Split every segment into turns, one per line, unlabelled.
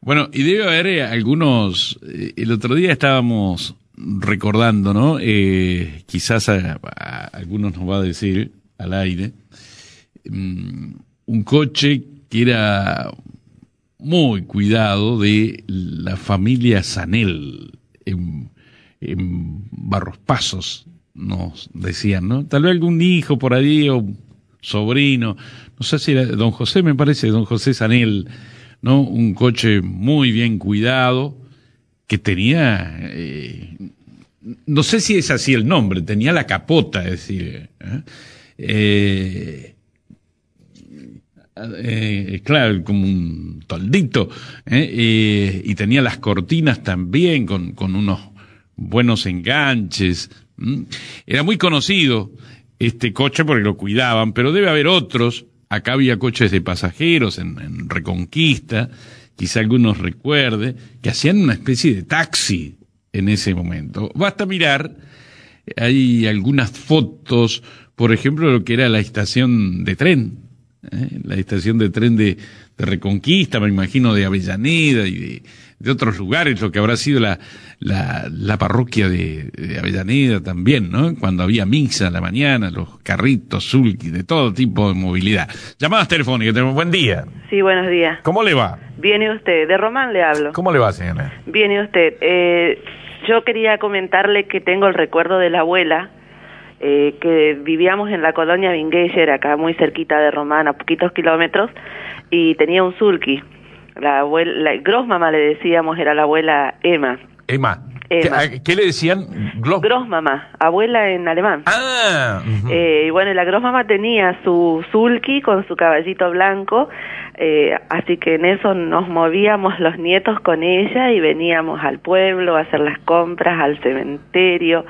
Bueno, y debe haber eh, algunos, eh, el otro día estábamos recordando, ¿no? Eh, quizás a, a algunos nos va a decir al aire, um, un coche que era muy cuidado de la familia Sanel en, en Barros Pasos, nos decían, ¿no? Tal vez algún hijo por ahí o sobrino, no sé si era don José, me parece, don José Sanel, ¿no? Un coche muy bien cuidado que tenía, eh, no sé si es así el nombre, tenía la capota, es decir. ¿eh? Eh, eh, claro, como un toldito, eh, y tenía las cortinas también con, con unos buenos enganches. ¿Mm? Era muy conocido este coche porque lo cuidaban, pero debe haber otros. Acá había coches de pasajeros en, en Reconquista, quizá algunos recuerde, que hacían una especie de taxi en ese momento. Basta mirar, hay algunas fotos, por ejemplo, lo que era la estación de tren, ¿eh? la estación de tren de, de, Reconquista, me imagino, de Avellaneda y de, de otros lugares, lo que habrá sido la, la, la parroquia de, de, Avellaneda también, ¿no? Cuando había misa a la mañana, los carritos, sulky, de todo tipo de movilidad. Llamadas telefónicas, tenemos buen día.
Sí, buenos días.
¿Cómo le va?
Viene usted, de Román le hablo.
¿Cómo le va, señora?
Viene usted. Eh, yo quería comentarle que tengo el recuerdo de la abuela, eh, que vivíamos en la colonia Vingeyer, acá muy cerquita de Román, a poquitos kilómetros, y tenía un sulky. La abuela, la Grossmama le decíamos, era la abuela Emma.
Emma. Emma. ¿Qué, a, ¿Qué, le decían?
Gross... Grossmama, abuela en alemán.
Ah.
Uh -huh. eh, y bueno, la Grossmama tenía su sulky con su caballito blanco, eh, así que en eso nos movíamos los nietos con ella y veníamos al pueblo a hacer las compras, al cementerio.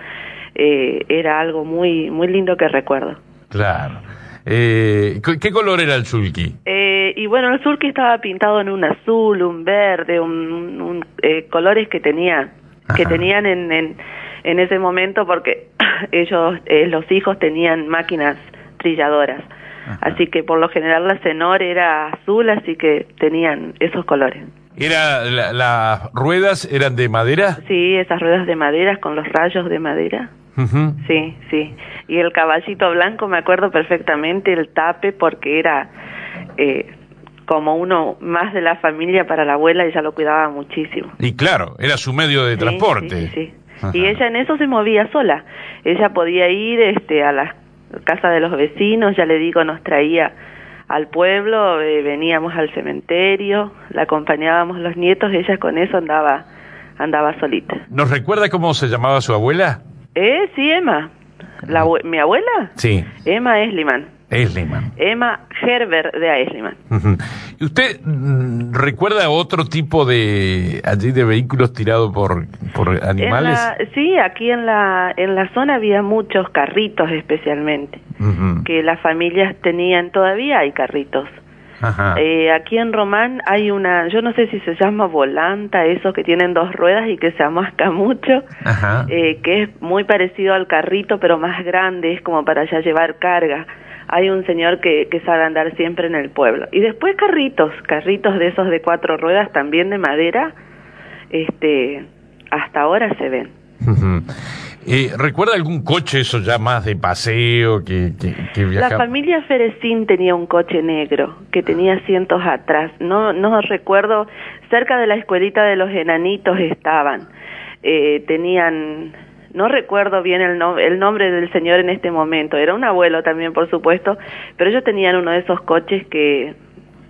Eh, era algo muy muy lindo que recuerdo.
Claro. Eh, ¿Qué color era el sulky?
Eh, y bueno, el sulky estaba pintado en un azul, un verde, un, un eh, colores que tenía Ajá. que tenían en, en, en, ese momento porque ellos eh, los hijos tenían máquinas trilladoras. Ajá. Así que por lo general la cenor era azul, así que tenían esos colores.
¿Era la, las ruedas eran de madera?
Sí, esas ruedas de madera con los rayos de madera. Uh -huh. Sí, sí. Y el caballito blanco, me acuerdo perfectamente el tape porque era eh, como uno más de la familia para la abuela, ella lo cuidaba muchísimo.
Y claro, era su medio de
sí,
transporte.
Sí, sí. Ajá. Y ella en eso se movía sola. Ella podía ir este, a la casa de los vecinos, ya le digo, nos traía al pueblo, eh, veníamos al cementerio, la acompañábamos los nietos, ella con eso andaba andaba solita.
¿Nos recuerda cómo se llamaba su abuela?
Eh, sí, Emma. La, ¿Mi abuela?
Sí.
Emma Esliman.
Esliman.
Emma Gerber de Esliman.
Uh -huh. ¿Y usted mm, recuerda otro tipo de allí de vehículos tirados por, por animales?
La, sí, aquí en la, en la zona había muchos carritos especialmente, uh -huh. que las familias tenían, todavía hay carritos.
Ah.
Ajá. Eh, aquí en Román hay una, yo no sé si se llama volanta, esos que tienen dos ruedas y que se amasca mucho, Ajá. Eh, que es muy parecido al carrito, pero más grande, es como para ya llevar carga. Hay un señor que, que sabe andar siempre en el pueblo. Y después carritos, carritos de esos de cuatro ruedas, también de madera, este, hasta ahora se ven.
Uh -huh. Eh, ¿Recuerda algún coche, eso ya más de paseo, que, que, que
La familia Ferecín tenía un coche negro que tenía asientos atrás. No, no recuerdo, cerca de la escuelita de los enanitos estaban. Eh, tenían, no recuerdo bien el, nom el nombre del señor en este momento, era un abuelo también, por supuesto, pero ellos tenían uno de esos coches que,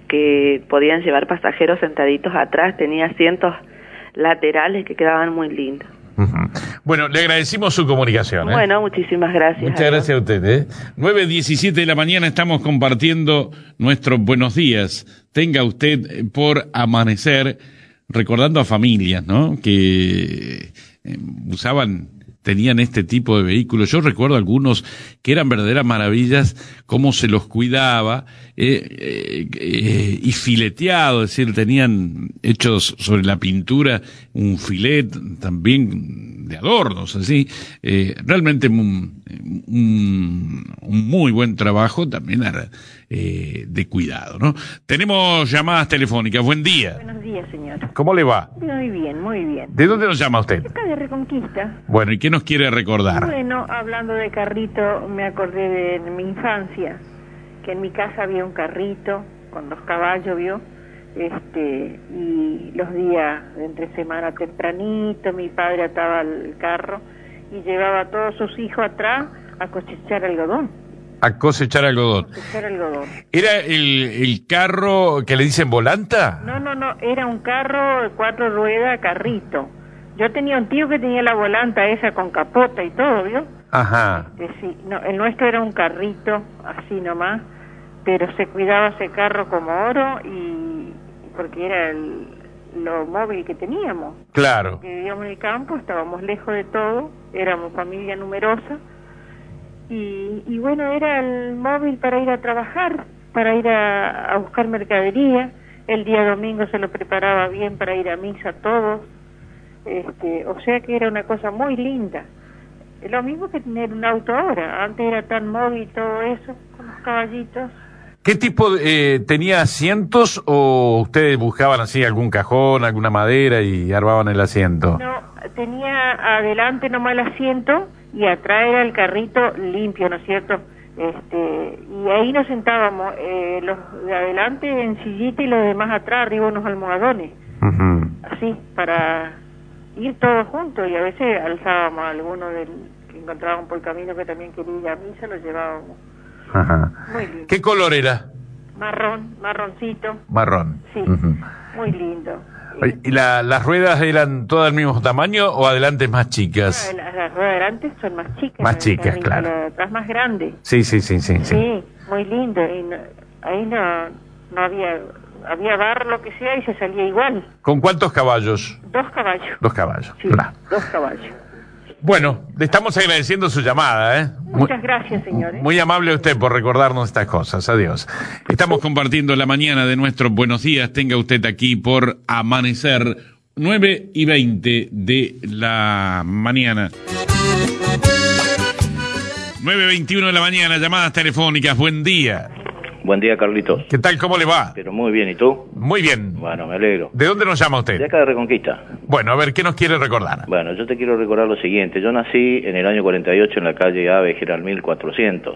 que podían llevar pasajeros sentaditos atrás, tenía asientos laterales que quedaban muy lindos.
Bueno, le agradecimos su comunicación. ¿eh?
Bueno, muchísimas gracias.
Muchas gracias a usted. ¿eh? 9.17 de la mañana estamos compartiendo nuestros buenos días. Tenga usted eh, por amanecer recordando a familias, ¿no? Que eh, usaban tenían este tipo de vehículos. Yo recuerdo algunos que eran verdaderas maravillas, cómo se los cuidaba eh, eh, eh, y fileteado, es decir, tenían hechos sobre la pintura un filet también de adornos, así. Eh, realmente un, un, un, muy buen trabajo también era, de cuidado, ¿no? Tenemos llamadas telefónicas. Buen día.
Buenos días, señor.
¿Cómo le va?
Muy bien, muy bien.
¿De dónde nos llama usted?
Acá de Reconquista.
Bueno, ¿y qué nos quiere recordar?
Bueno, hablando de carrito, me acordé de mi infancia, que en mi casa había un carrito con dos caballos, ¿vio? Este, y los días de entre semana tempranito, mi padre ataba el carro y llevaba a todos sus hijos atrás a cosechar algodón.
A cosechar algodón.
Cosechar algodón.
¿Era el, el carro que le dicen volanta?
No, no, no, era un carro de cuatro ruedas, carrito. Yo tenía un tío que tenía la volanta esa con capota y todo, ¿vio?
Ajá.
Este, sí, no, el nuestro era un carrito, así nomás, pero se cuidaba ese carro como oro y porque era el, lo móvil que teníamos.
Claro.
Porque vivíamos en el campo, estábamos lejos de todo, éramos familia numerosa y, y bueno, era el móvil para ir a trabajar, para ir a, a buscar mercadería. El día domingo se lo preparaba bien para ir a misa todos. Este, o sea que era una cosa muy linda. Lo mismo que tener un auto ahora, antes era tan móvil todo eso, con los caballitos.
¿Qué tipo de, eh, tenía asientos o ustedes buscaban así algún cajón, alguna madera y armaban el asiento?
No, tenía adelante nomás el asiento y atrás era el carrito limpio, ¿no es cierto? Este, y ahí nos sentábamos, eh, los de adelante en sillita y los demás atrás, arriba unos almohadones.
Uh -huh.
Así, para ir todos juntos y a veces alzábamos a alguno del, que encontrábamos por el camino que también quería ir a misa, lo llevábamos.
Ajá. Muy lindo. ¿Qué color era?
Marrón, marroncito.
Marrón.
Sí, uh -huh. muy lindo.
¿Y la, las ruedas eran todas del mismo tamaño o adelante más chicas?
No, las, las, ruedas adelante son más chicas.
Más chicas,
las,
claro.
Las, las más grandes.
Sí, sí, sí, sí.
Sí, sí muy lindo. Y no, ahí no, no había había bar, lo que sea, y se salía igual.
¿Con cuántos caballos?
Dos caballos.
Dos caballos,
sí, nah. Dos caballos.
Bueno, le estamos agradeciendo su llamada. ¿eh?
Muchas muy, gracias, señores.
¿eh? Muy amable usted por recordarnos estas cosas. Adiós. Estamos compartiendo la mañana de nuestros buenos días. Tenga usted aquí por amanecer 9 y 20 de la mañana. 9.21 de la mañana, llamadas telefónicas. Buen día.
Buen día, Carlitos.
¿Qué tal? ¿Cómo le va?
Pero muy bien, ¿y tú?
Muy bien.
Bueno, me alegro.
¿De dónde nos llama usted? Ah.
De acá de Reconquista.
Bueno, a ver, ¿qué nos quiere recordar?
Bueno, yo te quiero recordar lo siguiente. Yo nací en el año 48 en la calle Ave Geral 1400.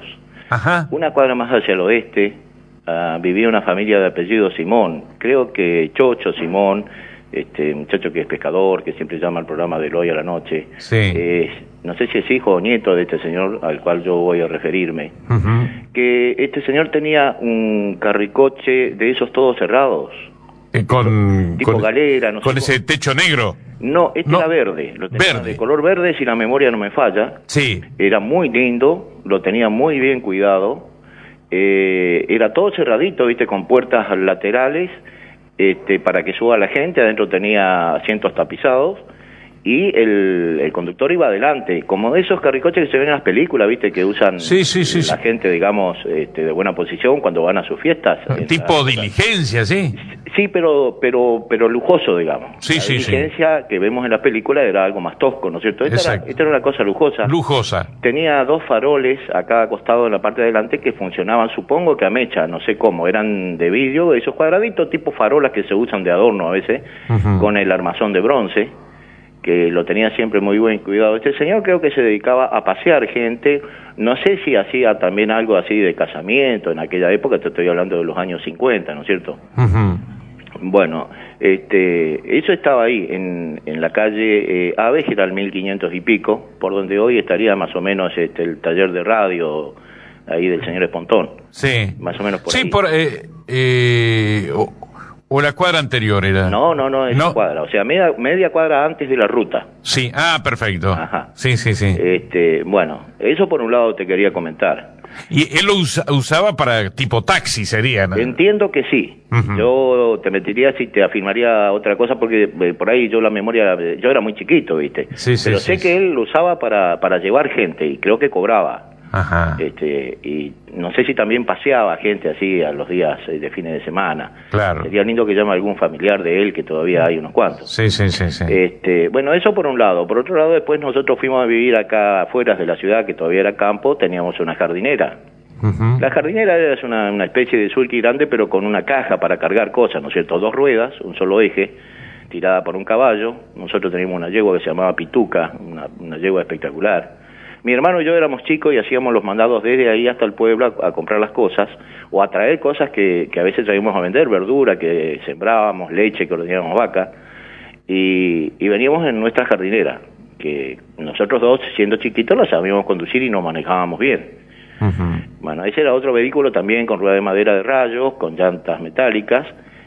Ajá.
Una cuadra más hacia el oeste uh, vivía una familia de apellido Simón. Creo que Chocho Simón, este muchacho que es pescador, que siempre llama al programa de hoy a la noche.
Sí.
Eh, no sé si es hijo o nieto de este señor al cual yo voy a referirme,
uh -huh.
que este señor tenía un carricoche de esos todos cerrados.
Eh, con,
tipo
con,
galera, no
con sé, ese techo negro.
No, este no. era verde, lo tenía
verde.
de color verde si la memoria no me falla.
Sí.
Era muy lindo, lo tenía muy bien cuidado. Eh, era todo cerradito, viste, con puertas laterales, este, para que suba la gente. Adentro tenía asientos tapizados y el, el, conductor iba adelante, como de esos carricoches que se ven en las películas, ¿viste? Que usan
sí, sí, sí,
la gente, digamos, este, de buena posición cuando van a sus fiestas.
Ah, Tipo la, diligencia, ¿sí?
Sí, pero, pero, pero lujoso, digamos.
Sí,
la
sí,
diligencia sí. que vemos en la película era algo más tosco, ¿no es cierto? Esta era, esta, era, una cosa lujosa.
Lujosa.
Tenía dos faroles a cada costado en la parte de adelante que funcionaban, supongo que a mecha, no sé cómo, eran de vidrio, esos cuadraditos tipo farolas que se usan de adorno a veces,
uh -huh.
con el armazón de bronce que lo tenía siempre muy buen cuidado. Este señor creo que se dedicaba a pasear gente, no sé si hacía también algo así de casamiento en aquella época, te estoy hablando de los años 50, ¿no es cierto?
Uh -huh.
Bueno, este, eso estaba ahí, en, en la calle eh, Ave, que era el 1500 y pico, por donde hoy estaría más o menos este, el taller de radio ahí del señor Espontón.
Sí.
Más o menos por
sí,
ahí.
por... Eh, eh, oh. ¿O la cuadra anterior era?
No, no, no, es no. cuadra. O sea, media, media cuadra antes de la ruta.
Sí, ah, perfecto.
Ajá.
Sí, sí, sí.
Este, bueno, eso por un lado te quería comentar.
Y él lo usa- usaba para tipo taxi, sería, ¿no?
Entiendo que sí.
Ujú.
Yo te mentiría si te afirmaría otra cosa, porque eh, por ahí yo la memoria, eh, yo era muy chiquito, ¿viste?
Sí, sí,
Pero
sí,
sé
sí.
que él lo usaba para, para llevar gente y creo que cobraba.
Ajá,
Este, y no sé si también paseaba gente así a los días eh, de fines de semana.
claro.
Sería lindo que llame a algún familiar de él, que todavía hay unos cuantos.
Sí, sí, sí, sí.
Este, bueno, eso por un lado. Por otro lado, después nosotros fuimos a vivir acá afuera de la ciudad, que todavía era campo, teníamos una jardinera.
Ujú.
La jardinera es una, una especie de sulky grande, pero con una caja para cargar cosas, ¿no es cierto? Dos ruedas, un solo eje, tirada por un caballo. Nosotros teníamos una yegua que se llamaba Pituca, una, una yegua espectacular. Mi hermano y yo éramos chicos y hacíamos los mandados desde ahí hasta el pueblo a, a comprar las cosas o a traer cosas que, que a veces traíamos a vender, verdura que sembrábamos, leche que ordenábamos vaca. Y, y veníamos en nuestra jardinera, que nosotros dos, siendo chiquitos, la sabíamos conducir y nos manejábamos bien.
Ujú.
Bueno, ese era otro vehículo también con rueda de madera de rayos, con llantas metálicas,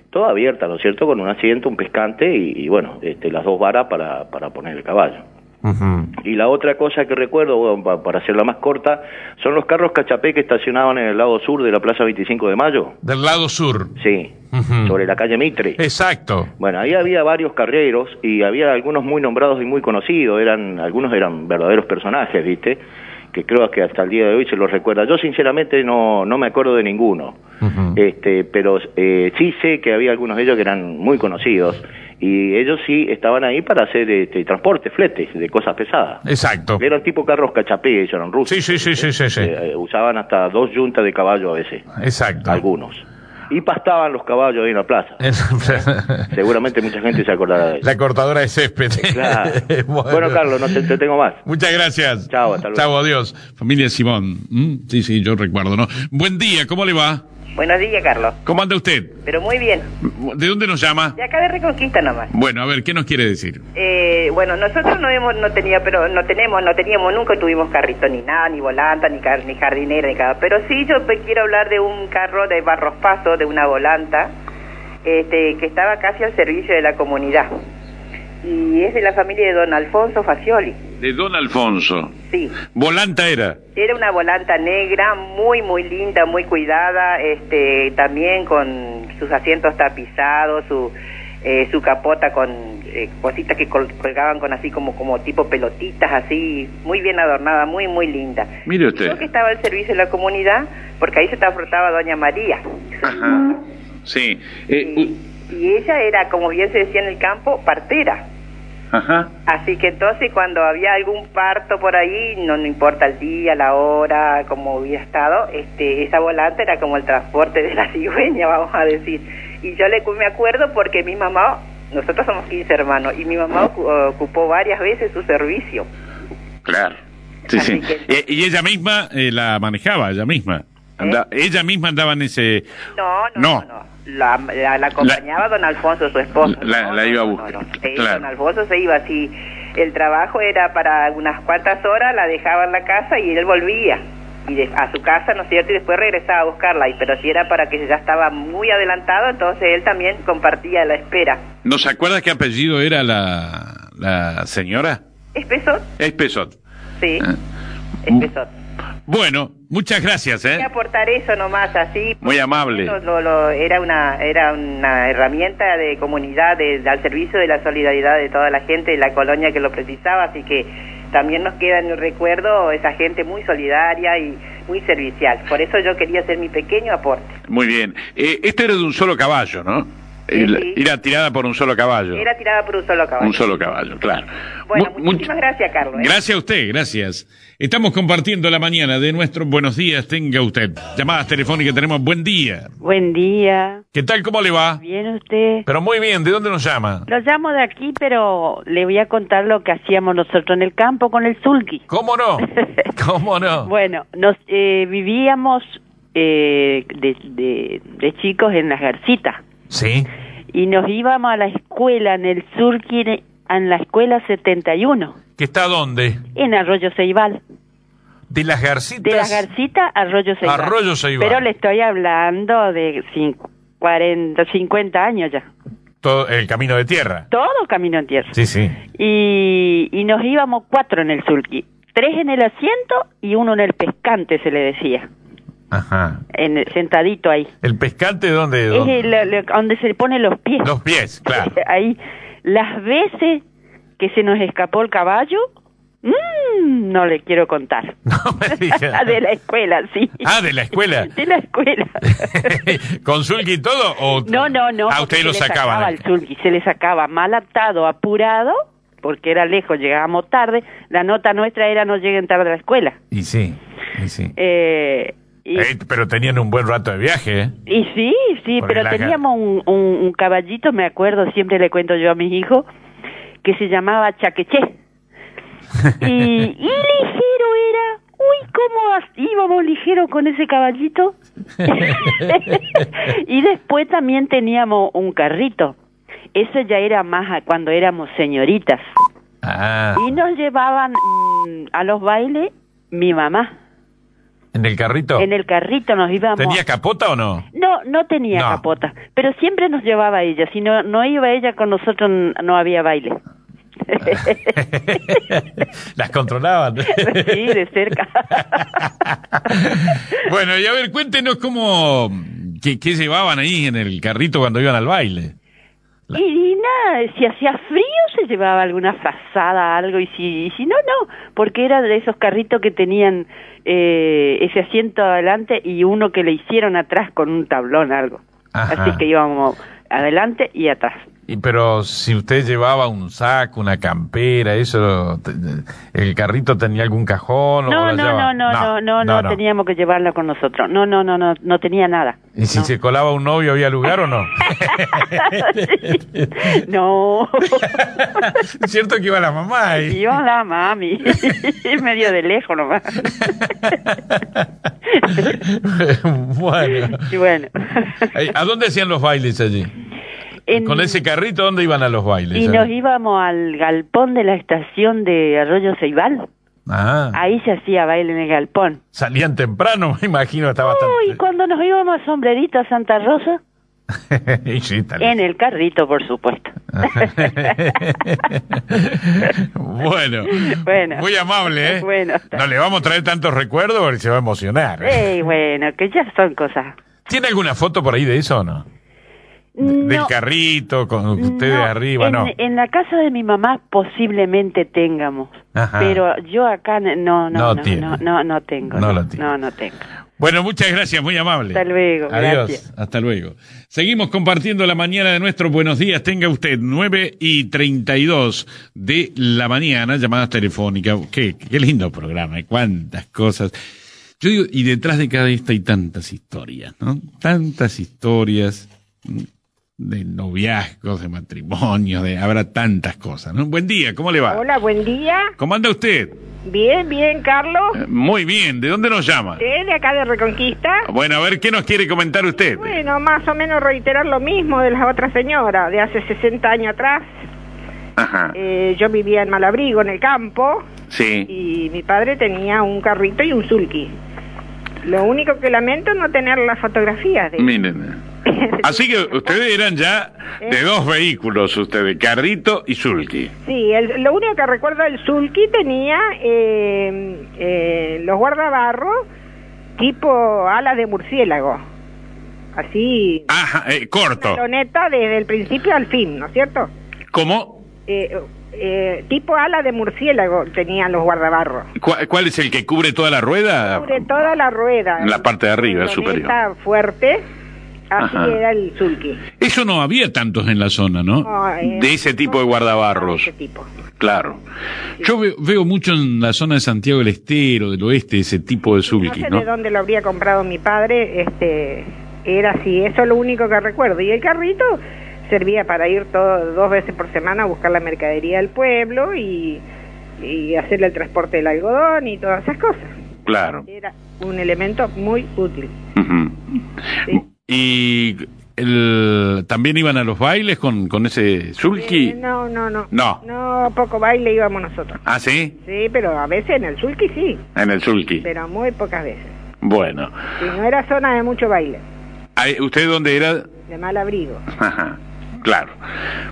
toda abierta, ¿no es cierto? Con un asiento, un pescante y, y, bueno, este, las dos varas para, para poner el caballo.
Ujú.
Y la otra cosa que recuerdo, bueno, pa- para hacerla más corta, son los carros cachapé que estacionaban en el lado sur de la Plaza 25 de Mayo.
Del lado sur.
Sí,
Ujú.
sobre la calle Mitre.
Exacto.
Bueno, ahí había varios carreros y había algunos muy nombrados y muy conocidos, eran algunos eran verdaderos personajes, ¿viste? Que creo que hasta el día de hoy se los recuerda. Yo sinceramente no, no me acuerdo de ninguno.
Ujú.
Este, pero eh, sí sé que había algunos de ellos que eran muy conocidos y ellos sí estaban ahí para hacer este, transporte, fletes de cosas pesadas.
Exacto.
Eran tipo carros cachapé, ellos eran rusos.
Sí, sí, sí, sí, sí, sí.
Eh, eh, usaban hasta dos yuntas de caballo a veces,
Exacto. Eh.
algunos. Y pastaban los caballos ahí en la plaza. Seguramente mucha gente se acordará de eso.
la cortadora de césped.
Claro.
Bueno.
bueno. Carlos, no te, te tengo más.
Muchas gracias.
Chao, hasta luego.
Chao, adiós.
Familia Simón. ¿m? Sí, sí, yo recuerdo, ¿no? Buen día, ¿cómo le va?
Buenos días, Carlos.
¿Cómo anda usted?
Pero muy bien.
¿De dónde nos llama?
De acá de Reconquista nomás.
Bueno, a ver, ¿qué nos quiere decir?
Eh, bueno, nosotros no hemos, no tenía, pero no tenemos, no teníamos nunca tuvimos carrito ni nada, ni volanta, ni, car- ni jardinera, ni nada. Pero sí, yo pe- quiero hablar de un carro de barros paso, de una volanta, este, que estaba casi al servicio de la comunidad. Y es de la familia de don Alfonso Facioli.
De don Alfonso.
Sí,
Volanta era.
Era una volanta negra, muy, muy linda, muy cuidada, este, también con sus asientos tapizados, su, eh, su capota con eh, cositas que col- colgaban con así como, como tipo pelotitas, así, muy bien adornada, muy, muy linda.
Mire
Creo que estaba al servicio de la comunidad, porque ahí se transportaba Doña María.
Ajá. Sí. Eh,
Y, y ella era, como bien se decía en el campo, partera.
u- Ajá.
Así que entonces cuando había algún parto por ahí, no, no importa el día, la hora, como hubiera estado, este, esa volante era como el transporte de la cigüeña, vamos a decir. Y yo le, me acuerdo porque mi mamá, nosotros somos 15 hermanos, y mi mamá ocu- ocupó varias veces su servicio.
Claro. Sí,
Así
sí.
que-
Eh, y ella misma eh, la manejaba, ella misma. Anda- Ella misma andaba en ese...
No, no,
No.
¿Eh? no. no. La, la- la acompañaba don Alfonso, su esposo.
La-
No,
la iba a
no, no,
buscar,
no. Eh,
claro.
Don Alfonso se iba así. El trabajo era para unas cuantas horas, la dejaba en la casa y él volvía y de- a su casa, ¿no es cierto? Y después regresaba a buscarla. Y, pero si era para que ya estaba muy adelantado, entonces él también compartía la espera.
¿Nos acuerdas qué apellido era la, la señora?
Espesot,
Espesot.
sí,
Ah.
espesot.
Bueno, muchas gracias,
Voy a
¿eh?
aportar eso nomás así.
Muy amable.
Lo- lo- lo- era una era una herramienta de comunidad de- de- al servicio de la solidaridad de toda la gente de la colonia que lo precisaba, así que también nos queda en el recuerdo esa gente muy solidaria y muy servicial. Por eso yo quería hacer mi pequeño aporte.
Muy bien. Eh, este era de un solo caballo, ¿no?
Sí,
El-
sí.
Era tirada por un solo caballo.
Era tirada por un solo caballo.
Un solo caballo, claro.
Bueno,
Mu-
muchísimas
much-
gracias, Carlos, ¿eh?
Gracias a usted, gracias. Estamos compartiendo la mañana de nuestro Buenos Días, tenga usted. Llamadas telefónicas, tenemos buen día.
Buen día.
¿Qué tal, cómo le va?
Bien usted.
Pero muy bien, ¿de dónde nos llama?
Lo llamo de aquí, pero le voy a contar lo que hacíamos nosotros en el campo con el sulky.
¿Cómo no? ¿Cómo no?
Bueno, nos eh, vivíamos eh, de, de- de chicos en las garcitas
Sí.
y nos íbamos a la escuela en el sulky de- en la escuela 71
¿Que está dónde?
en Arroyo Ceibal.
De las garcitas.
De las garcitas a Arroyo Ceibal.
Arroyo Ceibal.
Pero le estoy hablando de cinco- 40, 50 años ya.
Todo el camino de tierra.
Todo camino en tierra.
Sí, sí.
y, y nos íbamos cuatro en el sulky. Tres en el asiento y uno en el pescante, se le decía.
Ajá.
en, sentadito ahí.
¿El pescante dónde?
Es
dónde?
el- el- donde se le ponen los pies.
Los pies, claro.
Ahí, las veces que se nos escapó el caballo, mm, no le quiero contar.
No me digas.
de la escuela, sí.
Ah, de la escuela.
De la escuela.
¿Con sulky y todo? O...
No, no, no.
Ah,
porque
ustedes
se
lo
le sacaba
sacaban.
al surgi, se le sacaba mal atado, apurado, porque era lejos, llegábamos tarde. La nota nuestra era no lleguen tarde a la escuela.
Y sí, y sí.
Eh, y,
Eh, pero tenían un buen rato de viaje, ¿eh?
y sí, sí,
Por el
pero
lagar.
teníamos un, un- un caballito, me acuerdo, siempre le cuento yo a mis hijos, que se llamaba Chaqueché. Y, y ligero era. Uy, cómo as- íbamos ligero con ese caballito. y después también teníamos un carrito. Eso ya era más a- cuando éramos señoritas.
Ah,
Y nos llevaban mm, a los bailes mi mamá.
¿en el carrito?
En el carrito nos íbamos.
¿Tenía capota o no?
No, no tenía
No.
capota, pero siempre nos llevaba ella. Si no, no iba ella con nosotros, n- no había baile.
Las controlaban.
sí, de cerca.
Bueno, y a ver, cuéntenos cómo, qué, qué llevaban ahí en el carrito cuando iban al baile.
y, y nada, si hacía frío se llevaba alguna frazada, algo, y si, y si no, no, porque era de esos carritos que tenían eh, ese asiento adelante y uno que le hicieron atrás con un tablón, algo.
Ajá.
Así que íbamos adelante y atrás.
Y, pero si usted llevaba un saco, una campera, eso, te- ¿el carrito tenía algún cajón? o
No,
lo
no, no,
llevaba?
no, no, no, no, teníamos que llevarla con nosotros. No, no, no, no, no tenía nada.
¿Y si
No.
se colaba un novio había lugar o no?
No,
Es cierto que iba la mamá ahí.
yo la mami, medio de lejos nomás.
bueno.
Y bueno,
Ay, ¿A dónde hacían los bailes allí?
en-
Con ese carrito, ¿dónde iban a los bailes?
y nos
allí?
íbamos al galpón de la estación de Arroyo Ceibal.
Ah,
Ahí se hacía baile en el galpón.
salían temprano, me imagino, estaba
Uy, cuando nos íbamos a Sombrerito a Santa Rosa,
bastante... Y sí, tal vez.
en el carrito, por supuesto.
bueno,
Bueno.
muy amable, ¿eh?
Bueno, está.
no le vamos a traer tantos recuerdos porque se va a emocionar. ¿eh?
Ey, bueno, que ya son cosas.
¿Tiene alguna foto por ahí de eso o no? Del
No,
carrito, con ustedes
no,
arriba,
en,
¿no?
En la casa de mi mamá posiblemente tengamos,
Ajá.
pero yo acá ne- no,
Ah. No
no, no,
tiene.
no, no, no tengo.
No lo tiene.
No, no tengo.
Bueno, muchas gracias, muy amable.
Hasta luego.
Adiós.
Gracias.
Hasta luego. Seguimos compartiendo la mañana de nuestro Buenos Días. Tenga usted 9 y 32 de la mañana, llamadas telefónicas. Qué, qué lindo programa, ¿eh? cuántas cosas. Yo digo, y detrás de cada esta hay tantas historias, ¿no? Tantas historias mm, de noviazgos, de matrimonios, de habrá tantas cosas, ¿no? Buen día, ¿cómo le va?
Hola, buen día.
¿Cómo anda usted?
Bien, bien, Carlos.
Eh, Muy bien, ¿de dónde nos llama?
Eh, de acá de Reconquista.
Bueno, a ver, ¿qué nos quiere comentar usted?
Bueno, más o menos reiterar lo mismo de la otra señora, de hace 60 años atrás.
Ajá.
Eh, yo vivía en Malabrigo, en el campo,
Sí.
y mi padre tenía un carrito y un sulky. Lo único que lamento es no tener las fotografías de
Miren.
Así que ustedes eran ya de dos vehículos, ustedes, carrito y sulky.
Eh. Sí, el- lo único que recuerdo del Zulki tenía eh, eh, los guardabarros tipo alas de murciélago. Así,
Ajá, eh, corto.
loneta desde el principio al fin, ¿no es cierto?
¿Cómo?
Eh, eh, tipo ala de murciélago tenían los guardabarros.
¿Cuál, cuál es el que cubre toda la rueda?
Sobre toda la rueda.
La parte de arriba,
Una
superior.
loneta fuerte. Así
Ajá.
era el Zulki.
Eso no había tantos en la zona, ¿no?
No, eh,
De ese tipo de guardabarros.
Ese tipo.
Claro.
Yo veo, veo mucho en la zona de Santiago del Estero, del oeste, ese tipo de
No
sulky,
sé
¿no?
de dónde lo habría comprado mi padre, este, era así, eso es lo único que recuerdo. Y el carrito servía para ir todo, dos veces por semana a buscar la mercadería del pueblo y, y hacerle el transporte del algodón y todas esas cosas.
Claro.
Era un elemento muy útil.
Ujú.
Y el- también iban a los bailes con, con ese sulky.
Eh, no, no, no.
No.
No, poco baile íbamos nosotros.
Ah, sí,
Sí, pero a veces en el sulky sí,
en el sulky.
pero muy pocas veces.
Bueno,
Y no era zona de mucho baile,
Ay, ¿usted dónde era?
de mal abrigo.
Ajá, Claro.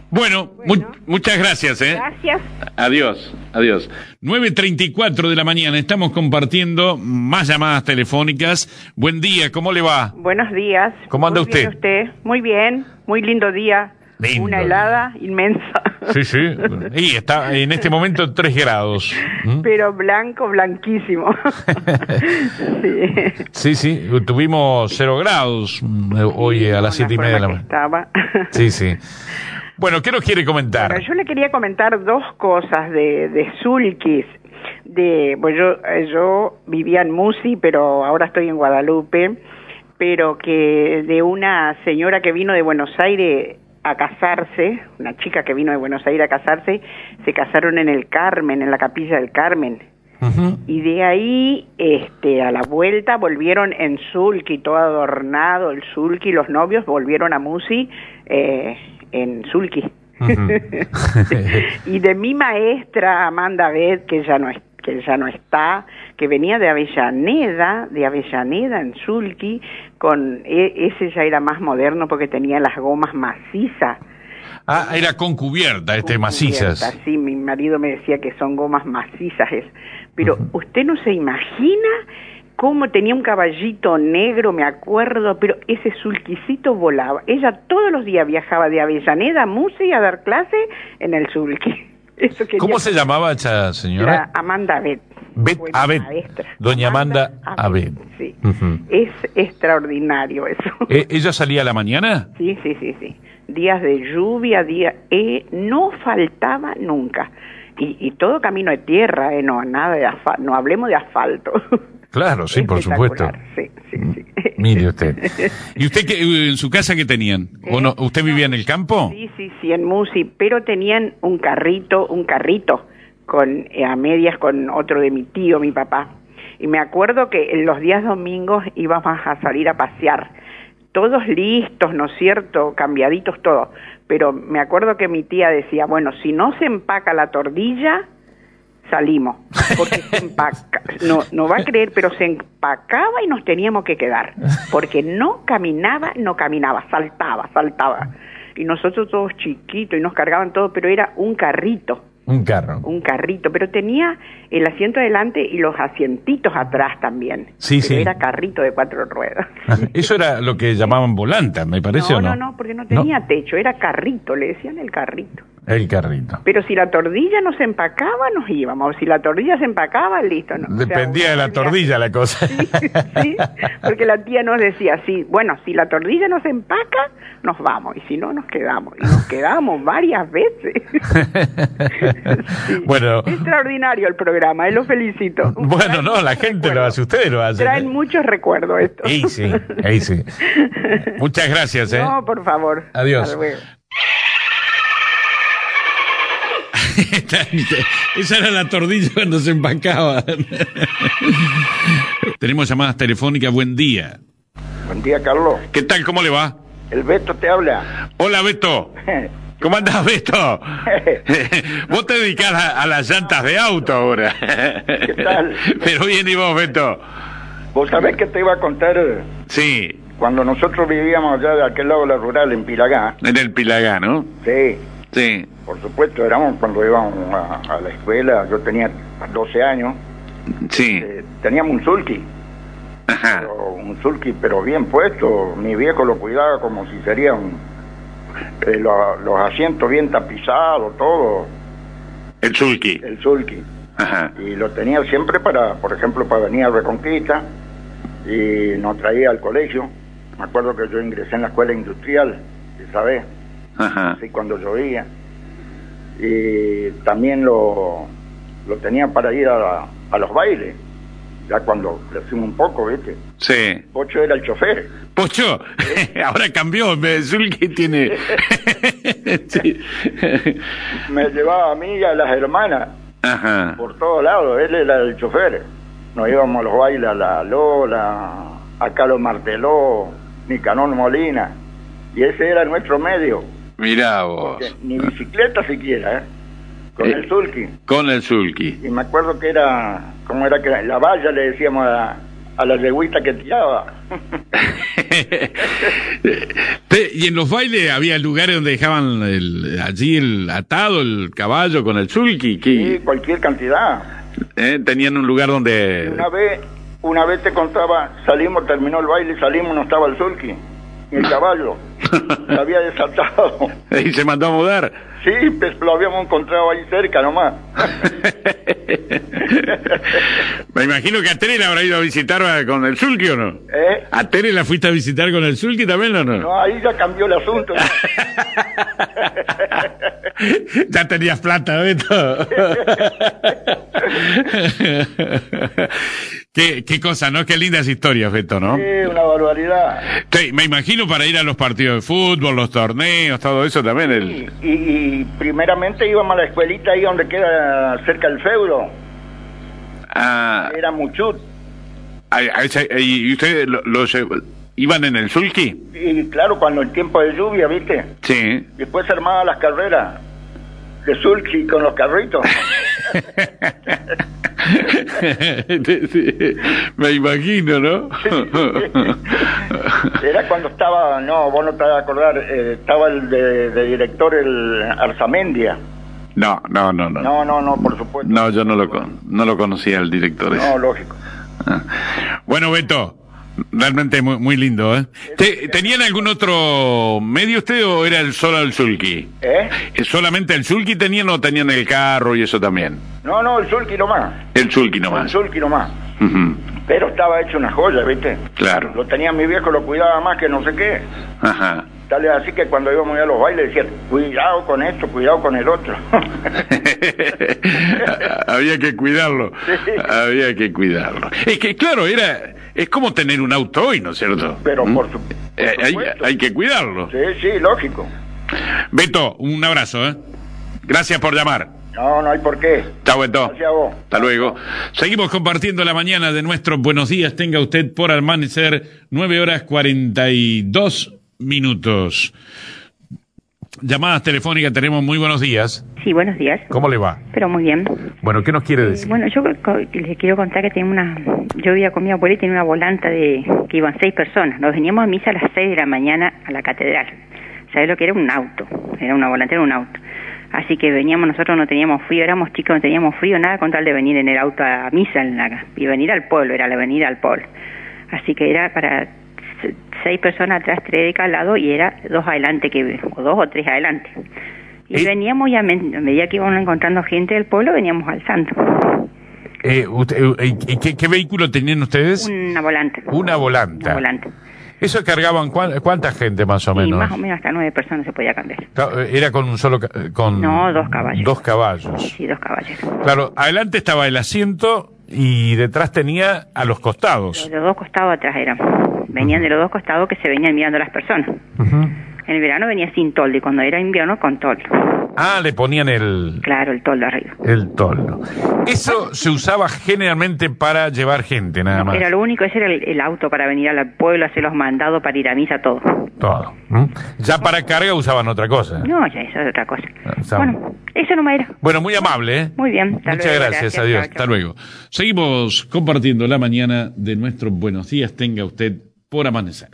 Bueno,
Bueno.
mu- muchas gracias, ¿eh?
Gracias.
Adiós, adiós. 9.34 de la mañana, estamos compartiendo más llamadas telefónicas. Buen día, ¿cómo le va?
Buenos días.
¿Cómo anda
Muy bien usted? Muy bien, muy lindo día.
Lindo
Una
día.
helada inmensa,
Sí, sí. Y está en este momento 3 grados. ¿Mm?
pero blanco, blanquísimo. sí.
Sí, sí. Tuvimos 0 grados mm, hoy a las
Con
siete y media de la
forma que
mañana.
estaba.
Sí, sí. Bueno, ¿qué nos quiere comentar?
Bueno, yo le quería comentar dos cosas de, de Zulkis. De, pues yo, eh, yo vivía en Musi, pero ahora estoy en Guadalupe, pero que de una señora que vino de Buenos Aires a casarse, una chica que vino de Buenos Aires a casarse, se casaron en el Carmen, en la capilla del Carmen.
Ujú.
Y de ahí, este, a la vuelta, volvieron en Zulki, todo adornado, el Zulki, los novios volvieron a Musi eh, en Zulki. y de mi maestra Amanda Bed, que ya no es- que ya no está, que venía de Avellaneda, de Avellaneda en Zulki, con e- ese ya era más moderno porque tenía las gomas macizas.
Ah, era con cubierta, este, macizas.
Cubiertas, Sí, mi marido me decía que son gomas macizas. es- Pero usted no se imagina cómo tenía un caballito negro, me acuerdo, pero ese sulquicito volaba. Ella todos los días viajaba de Avellaneda a Musi a dar clase en el sulqui. Eso quería
¿Cómo se llamaba esa
era
señora?
Amanda Bet.
Bet
Fue mi
Abed.
maestra.
Doña Amanda Abed.
Sí.
Ujú.
Es extraordinario eso.
Eh, ¿Ella salía a la mañana?
Sí, sí, sí, sí. Días de lluvia, día, eh, no faltaba nunca. Y, y todo camino de tierra, eh, no, nada de asfalto, no hablemos de asfalto.
Claro, sí, por supuesto. Mm,
Espectacular, Sí, sí, sí.
Mire usted.
¿Y usted qué, eh, en su casa qué tenían? ¿O no? ¿Usted vivía en el campo?
Eh, Sí, sí, sí, en Musi, pero tenían un carrito, un carrito, con, eh, a medias con otro de mi tío, mi papá. Y me acuerdo que en los días domingos íbamos a salir a pasear, todos listos, ¿no es cierto? Cambiaditos todos. Pero me acuerdo que mi tía decía, bueno, si no se empaca la tordilla, salimos, porque se empaca, no, no va a creer, pero se empacaba y nos teníamos que quedar, porque no caminaba, no caminaba, saltaba, saltaba. Y nosotros todos chiquitos y nos cargaban todo, pero era un carrito,
Un carro.
un carrito, pero tenía el asiento adelante y los asientitos atrás también.
Sí,
Pero
sí.
Era carrito de cuatro ruedas.
Ajá. Eso era lo que llamaban volanta, me parece,
no,
¿o no?
no, no, porque no tenía techo, era carrito, le decían el carrito.
El carrito.
Pero si la tordilla nos empacaba, nos íbamos. Si la tordilla se empacaba, listo. No. O sea,
Dependía de la
una-
tordilla la cosa.
sí, porque la tía nos decía, sí, bueno, si la tordilla nos empaca, nos vamos, y si no, nos quedamos. Y nos quedamos varias veces. Sí.
Bueno.
Extraordinario el programa, eh, lo felicito.
Bueno, no, la gente lo hace, ustedes lo
Pues
hacen.
¿eh?
Traen muchos recuerdos esto.
Ey, sí, ey, sí. Muchas gracias, ¿eh?
No, por favor.
Adiós.
Hasta luego.
Esa era la tordilla cuando se empacaba. Tenemos llamadas telefónicas, buen día.
Buen día, Carlos.
¿Qué tal? ¿Cómo le va?
El Beto te habla.
Hola, Beto. ¿Cómo andás, Beto? vos te dedicás a, a las llantas de auto ahora. ¿Qué
tal?
Pero bien, ¿y vos, Beto?
Vos sabés que te iba a contar eh,
Sí,
cuando nosotros vivíamos allá de aquel lado de la rural, en Pilagá.
en el Pilagá, ¿no?
Sí,
Sí.
por supuesto, éramos cuando íbamos a, a la escuela. Yo tenía 12 años.
Sí.
eh, teníamos un sulky,
Ajá.
pero un sulky, pero bien puesto. Mi viejo lo cuidaba como si sería un. eh, lo- los asientos bien tapizados, todo.
El Zulki.
El sulky.
Ajá.
y lo tenía siempre para, por ejemplo, para venir a Reconquista y nos traía al colegio. Me acuerdo que yo ingresé en la escuela industrial, ¿sí ¿sabes?
Ajá.
Así cuando llovía. Y también lo, lo tenía para ir a, a los bailes, ya cuando crecimos un poco, ¿viste?
Sí.
Pocho era el chofer.
Pocho, ahora cambió. en vez de Zulki tiene. Sí.
Me llevaba a mí y a las hermanas
Ajá.
por todos lados, él era el chofer. Nos íbamos a los bailes a la Lola, a Carlos Marteló, Nicanor Molina, y ese era nuestro medio,
Mirá vos.
que ni bicicleta siquiera, ¿eh? con
Eh.
el sulky.
Con el Zulki.
Y me acuerdo que era, ¿cómo era que era? La valla le decíamos a, a la yeguita que tiraba.
Te- y en los bailes había lugares donde dejaban el, allí el atado el caballo con el sulky.
Sí,
que,
cualquier cantidad.
eh, tenían un lugar donde...
Una vez, una vez te contaba, salimos, terminó el baile, salimos, no estaba el sulky, ni el caballo. Se había desatado.
y se mandó a mudar.
Sí, pues lo habíamos encontrado ahí cerca nomás.
Me imagino que a Tere la habrá ido a visitar eh, con el sulky o no.
¿Eh?
¿A Tere la fuiste a visitar con el sulky también o no?
No, ahí ya cambió el asunto.
ya tenías plata, Beto. qué, qué cosa, ¿no? Qué lindas historias, Beto, ¿no?
Sí, una barbaridad.
Sí, me imagino para ir a los partidos de fútbol, los torneos, todo eso también. El...
Y, y primeramente íbamos a la escuelita ahí donde queda cerca el feudo.
Ah,
Era Muchut.
a- a ese- eh, ¿Y ustedes lo- los eh, iban en el sulky?
Y claro, cuando el tiempo de lluvia, ¿viste?
Sí.
Después se armaban las carreras de sulky con los carritos.
me imagino, ¿no?
Era cuando estaba, no, vos no te vas a acordar, eh, estaba el de, de director el Arzamendia.
no, no, no, no.
No, no, no, por supuesto.
No, yo no lo, con- no lo conocía el director. ese.
No, lógico.
Bueno, Beto, realmente muy, muy lindo, ¿eh? Te- ¿Tenían algún otro medio usted o era el solo el sulky?
¿Eh?
¿Eh, ¿Solamente el sulky tenían o tenían el carro y eso también?
No, no, el sulky nomás.
El sulky
El
nomás.
sulky nomás.
Ujú,
Pero estaba hecho una joya, ¿viste?
claro.
Lo tenía mi viejo, lo cuidaba más que no sé qué.
Ajá.
Tal es así que cuando íbamos a ir a los bailes decían, cuidado con esto, cuidado con el otro.
Había que cuidarlo. Había que cuidarlo. Es que, claro, era. Es como tener un auto hoy, ¿no es cierto?
Pero por, su-
Eh,
por
hay,
supuesto.
hay que cuidarlo.
Sí, sí, lógico.
Beto, un abrazo, ¿eh? Gracias por llamar.
No, no hay por qué.
Chao, Beto.
Gracias a vos.
Hasta luego. Seguimos compartiendo la mañana de nuestro Buenos Días. Tenga usted por amanecer 9 horas 42 minutos. Llamadas telefónicas tenemos muy buenos días.
Sí, buenos días,
¿Cómo le va?
pero muy bien.
Bueno, ¿qué nos quiere
Eh,
decir?
Bueno, yo co- les quiero contar que tengo una, yo vivía con mi abuela y tenía una volanta de que iban seis personas. Nos veníamos a misa a las seis de la mañana a la catedral. ¿Sabes lo que era? Un auto. Era una volanta, era un auto. Así que veníamos, nosotros no teníamos frío, éramos chicos, no teníamos frío, nada con tal de venir en el auto a misa en la, y venir al pueblo, era la venida al pueblo. Así que era para se- seis personas atrás, tres de cada lado y era dos adelante, que, o dos o tres adelante. Y veníamos y a men- a medida que íbamos encontrando gente del pueblo, veníamos al santo.
Eh, usted- eh, eh, ¿qué, qué vehículo tenían ustedes?
Una volante.
Una volanta.
Una volante.
¿Eso cargaban cuán- cuánta gente más o
Y
menos?
más o menos hasta nueve personas se podía cambiar.
Ca- eh, Era con un solo... ca- eh, Con
No, dos caballos.
Dos caballos.
Sí, dos caballeros.
Claro, adelante estaba el asiento y detrás tenía a los costados.
De los dos costados atrás eran. Venían de los dos costados que se venían mirando las personas. En el verano venía sin toldo y cuando era invierno con toldo.
Ah, le ponían el,
Claro, el toldo arriba.
el toldo. Eso se usaba generalmente para llevar gente, nada más.
Era lo único, ese era el, el auto para venir al pueblo, hacer los mandados, para ir a misa, todo.
Todo. ¿m? Ya para carga usaban otra cosa. Ah,
No, ya eso es otra cosa.
Usaban-
Eso no me era.
Bueno, muy amable, ¿eh?
Muy bien. hasta
Muchas
luego,
gracias, adiós.
chao, chao.
Hasta luego. Seguimos compartiendo la mañana de nuestro Buenos Días. Tenga usted por amanecer.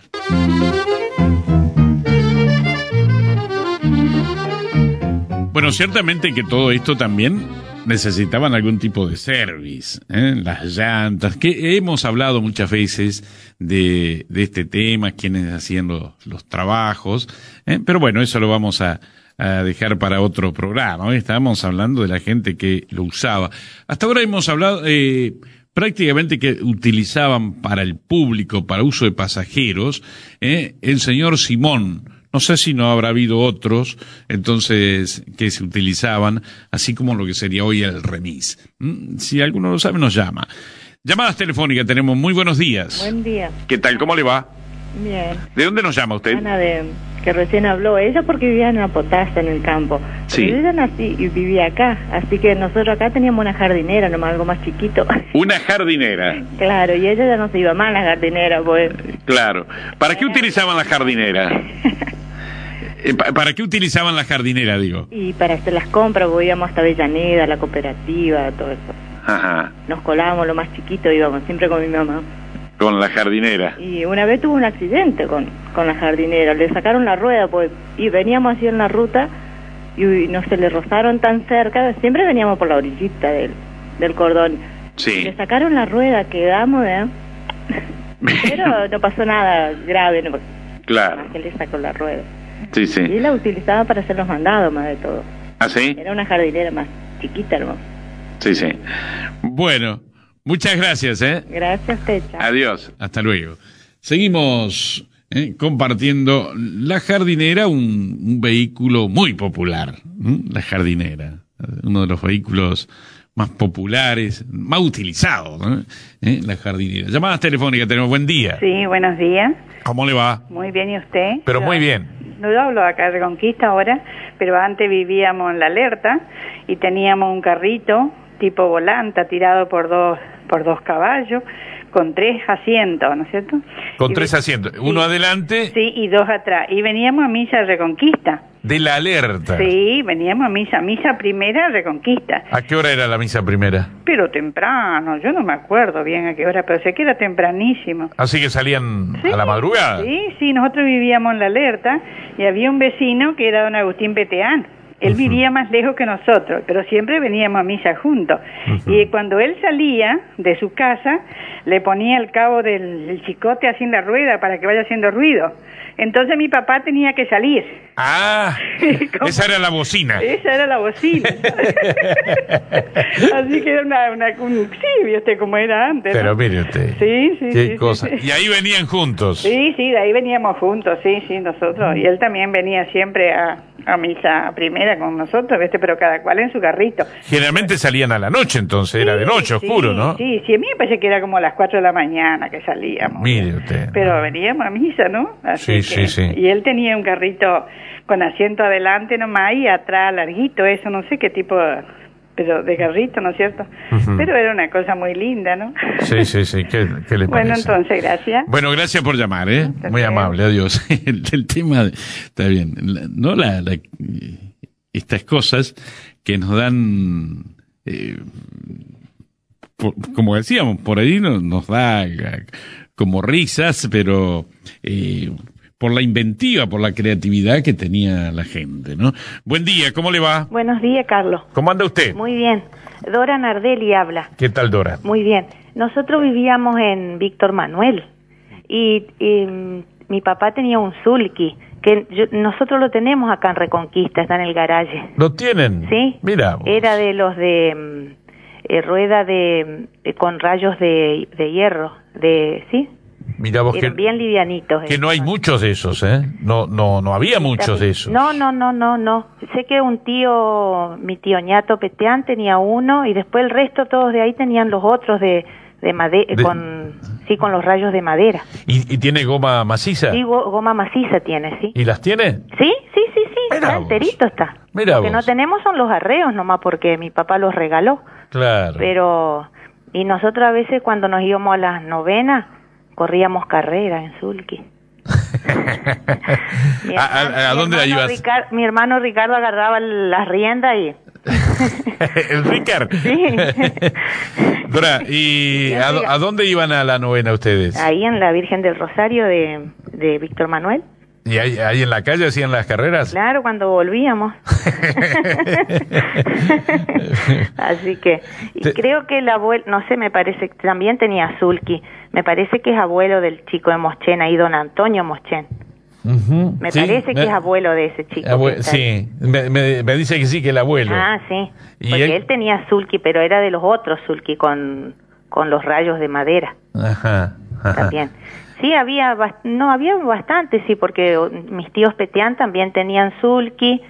Bueno, ciertamente que todo esto también necesitaban algún tipo de service, ¿eh? las llantas, que hemos hablado muchas veces de, de este tema, quienes hacían los, los trabajos, ¿eh? pero bueno, eso lo vamos a, a dejar para otro programa. Hoy estábamos hablando de la gente que lo usaba. Hasta ahora hemos hablado eh, prácticamente que utilizaban para el público, para uso de pasajeros, ¿eh? el señor Simón. No sé si no habrá habido otros, entonces, que se utilizaban, así como lo que sería hoy el remis. Mm, Si alguno lo sabe, nos llama. Llamadas telefónicas tenemos. Muy buenos días.
Buen día.
¿Qué tal? ¿Cómo le va?
Bien.
¿De dónde nos llama usted?
Ana de que recién habló, ella porque vivía en Apotasta, en el campo.
Sí.
Pero ella nací y vivía acá, así que nosotros acá teníamos una jardinera, nomás algo más chiquito.
Una jardinera.
claro, y ella ya no se iba más a la jardinera, pues.
Claro. ¿Para qué utilizaban la jardinera? Eh, pa- ¿Para qué utilizaban la jardinera, digo?
Y para hacer las compras, pues, íbamos hasta Avellaneda, la cooperativa, todo eso.
Ajá.
Nos colábamos lo más chiquito, íbamos siempre con mi mamá.
con la jardinera.
Y una vez tuvo un accidente con, con la jardinera, le sacaron la rueda pues, y veníamos así en la ruta y, y no se le rozaron tan cerca, siempre veníamos por la orillita del, del cordón.
Sí.
Le sacaron la rueda, quedamos, ¿eh? Pero no pasó nada grave, no,
Ah.
Claro.
que le sacó la rueda.
Sí, sí.
Y la utilizaba para hacer los mandados más de todo.
¿Ah, sí?
Era una jardinera más chiquita, hermano.
Sí, sí.
Bueno, muchas gracias, ¿eh?
Gracias, Techa.
Adiós.
Hasta luego. Seguimos ¿eh? compartiendo la jardinera, un, un vehículo muy popular. ¿m? La jardinera, uno de los vehículos más populares, más utilizados, ¿no? ¿Eh? la jardinera. Llamadas telefónicas, tenemos buen día.
Sí, buenos días.
¿Cómo le va?
Muy bien, ¿y usted?
Pero muy bien.
No yo hablo acá de Reconquista ahora, pero antes vivíamos en La Alerta y teníamos un carrito tipo volanta tirado por dos, por dos caballos con tres asientos, ¿no es cierto?
Con tres asientos. Uno adelante
Sí, y dos atrás. Y veníamos a misa Reconquista.
de la alerta.
Sí, veníamos a misa, misa primera Reconquista.
¿A qué hora era la misa primera?
Pero temprano, yo no me acuerdo bien a qué hora, pero sé que era tempranísimo.
Así que salían a la madrugada.
Sí, sí, nosotros vivíamos en la alerta y había un vecino que era don Agustín Beteán. Él vivía más lejos que nosotros, pero siempre veníamos a misa juntos. Y cuando él salía de su casa, le ponía el cabo del del chicote así en la rueda para que vaya haciendo ruido. Entonces mi papá tenía que salir.
Ah, esa era la bocina.
Esa era la bocina. así que era una, una- un... Sí, viste cómo era antes. ¿no?
Pero mire usted.
Sí, sí,
Qué
sí,
cosa.
sí, sí.
Y ahí venían juntos.
Sí, sí, de ahí veníamos juntos, sí, sí, nosotros. Y él también venía siempre a, a misa primera con nosotros, ¿viste? Pero cada cual en su carrito.
Generalmente salían a la noche, entonces era de noche, oscuro,
sí,
¿no?
Sí, sí, a mí me parece que era como a las 4 de la mañana que salíamos.
Mire usted.
Pero veníamos a misa, ¿no?
Sí, sí, sí.
Y él tenía un carrito con asiento adelante nomás y atrás larguito, eso, no sé qué tipo, pero de carrito, ¿no es cierto?
Ujú.
Pero era una cosa muy linda, ¿no?
Sí, sí, sí. ¿Qué, qué le
Bueno,
parece?
entonces, gracias.
Bueno, gracias por llamar, ¿eh? Muy amable, adiós. El, el tema, de- está bien, la- ¿no? La, la- estas cosas que nos dan, eh, por- como decíamos, por ahí no- nos, da eh, como risas, pero eh, por la inventiva, por la creatividad que tenía la gente, ¿no? Buen día, ¿cómo le va?
Buenos días, Carlos.
¿Cómo anda usted?
Muy bien. Dora Nardelli habla.
¿Qué tal, Dora?
Muy bien. Nosotros vivíamos en Víctor Manuel y, y, mm, mi papá tenía un Zulki, que yo- nosotros lo tenemos acá en Reconquista, está en el garaje.
¿Lo tienen?
Sí.
Mira, vos.
Era de los de mm, eh, rueda de, eh, con rayos de, de hierro, de sí,
mira vos
eran
que,
bien livianitos.
que no hay muchos de esos, ¿eh? No, no, no había muchos de esos.
No, no, no, no, no. Sé que un tío, mi tío ñato Peteán tenía uno y después el resto todos de ahí tenían los otros de, de madera,
De-
con, sí, con los rayos de madera.
¿Y, y tiene goma maciza?
Sí, go- goma maciza tiene, sí.
¿Y las tiene?
Sí, sí, sí, sí, está enterito está.
Mira
Lo que
vos.
no tenemos son los arreos nomás porque mi papá los regaló,
Claro.
pero... Y nosotros a veces cuando nos íbamos a las novenas, corríamos carreras en Zulki.
Ah, ¿A, a- a dónde la
Bueno,
llevas?
Ricard- mi hermano Ricardo agarraba las riendas y...
El Ricard.
Sí.
Dora, ¿y a, do- a dónde iban a la novena ustedes?
Ahí en la Virgen del Rosario de, de Víctor Manuel.
¿Y ahí, ahí en la calle hacían las carreras?
Claro, cuando volvíamos. Así que, y
Te-
creo que el abuelo, no sé, me parece, que también tenía Zulki. Me parece que es abuelo del chico de Moschen, ahí don Antonio Moschen.
Ujú.
Me
Sí,
parece que es abuelo de ese chico.
abue-
que está ahí.
sí, me, me- me dice que sí, que el abuelo.
Ah, sí.
Y
Porque
él-
él... tenía Zulki, pero era de los otros Zulki con, con los rayos de madera
Ajá, ajá.
también. Sí, había, bas- no, había bastante, sí, porque o, mis tíos Peteán también tenían Zulki,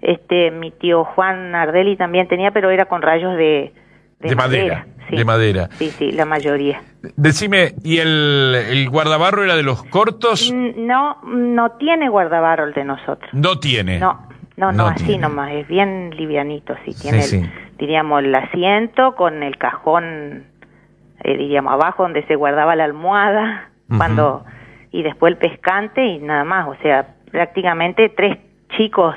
este, mi tío Juan Nardelli también tenía, pero era con rayos de,
De, madera.
sí.
De madera.
Sí, sí, la mayoría.
Decime, ¿y el, el guardabarro era de los cortos?
N- No, no tiene guardabarro el de nosotros.
No tiene.
No, no, no,
No
así
tiene.
nomás, es bien livianito, sí, tiene,
Sí,
el-
sí.
diríamos, el asiento con el cajón, eh, diríamos, abajo donde se guardaba la almohada,
Ujú.
cuando, y después el pescante y nada más, o sea, prácticamente tres chicos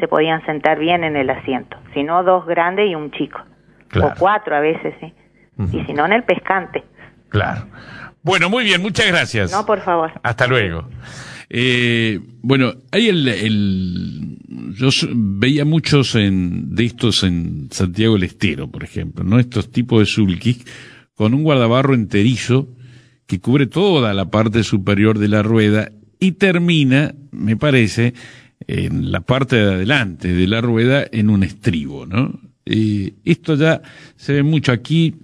se podían sentar bien en el asiento, si no dos grandes y un chico,
Claro.
o cuatro a veces, sí, y si no en el pescante.
Claro.
Bueno, muy bien, muchas gracias.
No, por favor.
Hasta luego. Eh, bueno, hay el, el- yo s- veía muchos en, de estos en Santiago del Estero, por ejemplo, ¿no? Estos tipos de sulkis con un guardabarro enterizo que cubre toda la parte superior de la rueda y termina, me parece, en la parte de adelante de la rueda en un estribo, ¿no? Eh, esto ya se ve mucho aquí,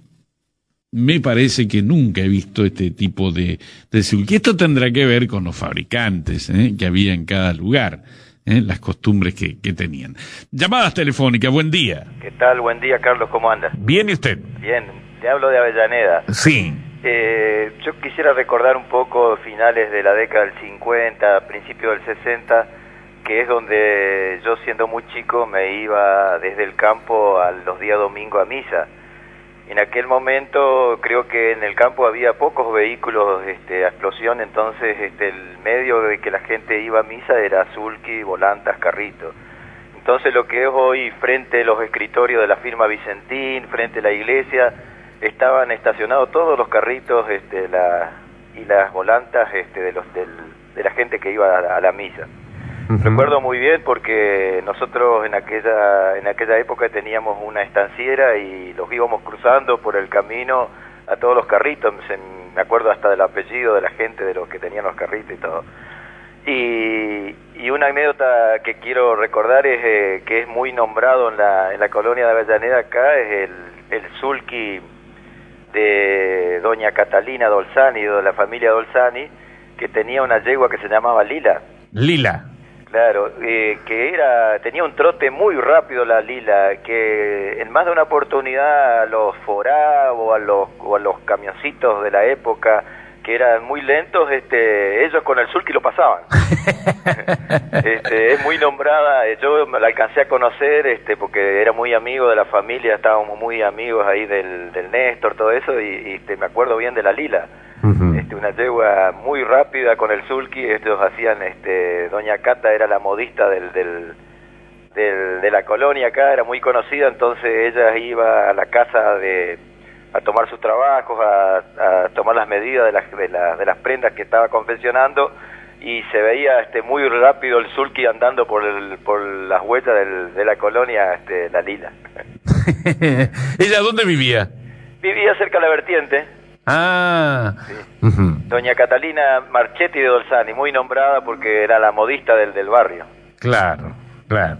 me parece que nunca he visto este tipo de, de sulky. Esto tendrá que ver con los fabricantes ¿eh? que había en cada lugar, ¿eh? las costumbres que, que tenían. Llamadas telefónicas, buen día.
¿Qué tal? Buen día, Carlos. ¿Cómo andas?
¿Viene usted?
Bien, te hablo de Avellaneda.
Sí.
Eh, yo quisiera recordar un poco finales de la década del 50, principio del 60, que es donde yo siendo muy chico me iba desde el campo a los días domingo a misa. En aquel momento creo que en el campo había pocos vehículos este, a explosión, entonces este, el medio de que la gente iba a misa era sulky, volantas, carritos. Entonces lo que es hoy frente a los escritorios de la firma Vicentín, frente a la iglesia, estaban estacionados todos los carritos este, la- y las volantas este, de, los, del- de la gente que iba a, a la misa. Recuerdo muy bien porque nosotros en aquella, en aquella época teníamos una estanciera y los íbamos cruzando por el camino a todos los carritos, Se- me acuerdo hasta del apellido de la gente de los que tenían los carritos y todo. Y, y una anécdota que quiero recordar es eh, que es muy nombrado en la, en la colonia de Avellaneda acá, es el, el sulky de doña Catalina Dolzani, de la familia Dolzani, que tenía una yegua que se llamaba Lila.
Lila.
Claro, eh, que era tenía un trote muy rápido la Lila, que en más de una oportunidad a los Forá o a los, o a los camioncitos de la época, que eran muy lentos, este, ellos con el sulky lo pasaban. Este, es muy nombrada, eh, yo me la alcancé a conocer este, porque era muy amigo de la familia, estábamos muy amigos ahí del, del Néstor, todo eso, y, y, este, me acuerdo bien de la Lila. Este, una yegua muy rápida con el sulky, ellos hacían, este, doña Cata era la modista del, del, del- de la colonia acá, era muy conocida, entonces ella iba a la casa de, a tomar sus trabajos, a, a tomar las medidas de las, de, la- de las prendas que estaba confeccionando y se veía este, muy rápido el sulky andando por, el, por las huellas del- de la colonia, este, la lila.
¿Ella dónde vivía?
Vivía cerca de la vertiente,
Ah. Ujú.
doña Catalina Marchetti de Dolzani, muy nombrada porque era la modista del, del barrio.
Claro, claro.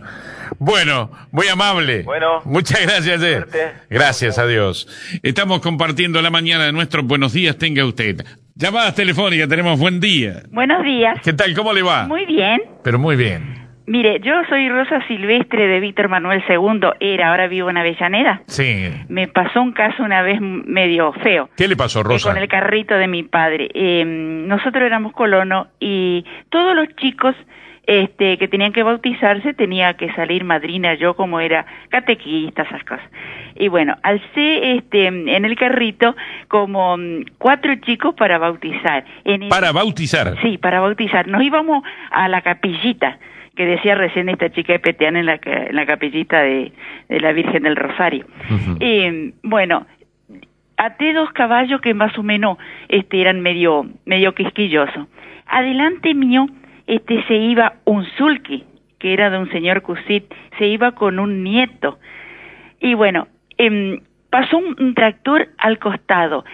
Bueno, muy amable.
Bueno.
Muchas gracias, Ed.
Suerte.
Gracias a Dios. Estamos compartiendo la mañana de nuestros buenos días, tenga usted. Llamadas telefónicas, tenemos buen día.
Buenos días.
¿Qué tal? ¿Cómo le va?
Muy bien.
Pero muy bien.
Mire, yo soy Rosa Silvestre de Víctor Manuel II, era, ahora vivo en Avellaneda.
Sí.
Me pasó un caso una vez m- medio feo.
¿Qué le pasó,
eh,
Rosa?
Con el carrito de mi padre. Eh, nosotros éramos colonos y todos los chicos este, que tenían que bautizarse tenía que salir madrina yo como era catequista, esas cosas. Y bueno, alcé este, en el carrito como mm, cuatro chicos para bautizar. En el-
Para bautizar.
Sí, para bautizar. Nos íbamos a la capillita que decía recién esta chica de Peteana en la, ca- en la capillita de, de la Virgen del Rosario. Eh, bueno, até dos caballos que más o menos este, eran medio, medio quisquillosos. Adelante mío este, se iba un sulki, que era de un señor Cusit, se iba con un nieto. Y bueno, em, pasó un, un tractor al costado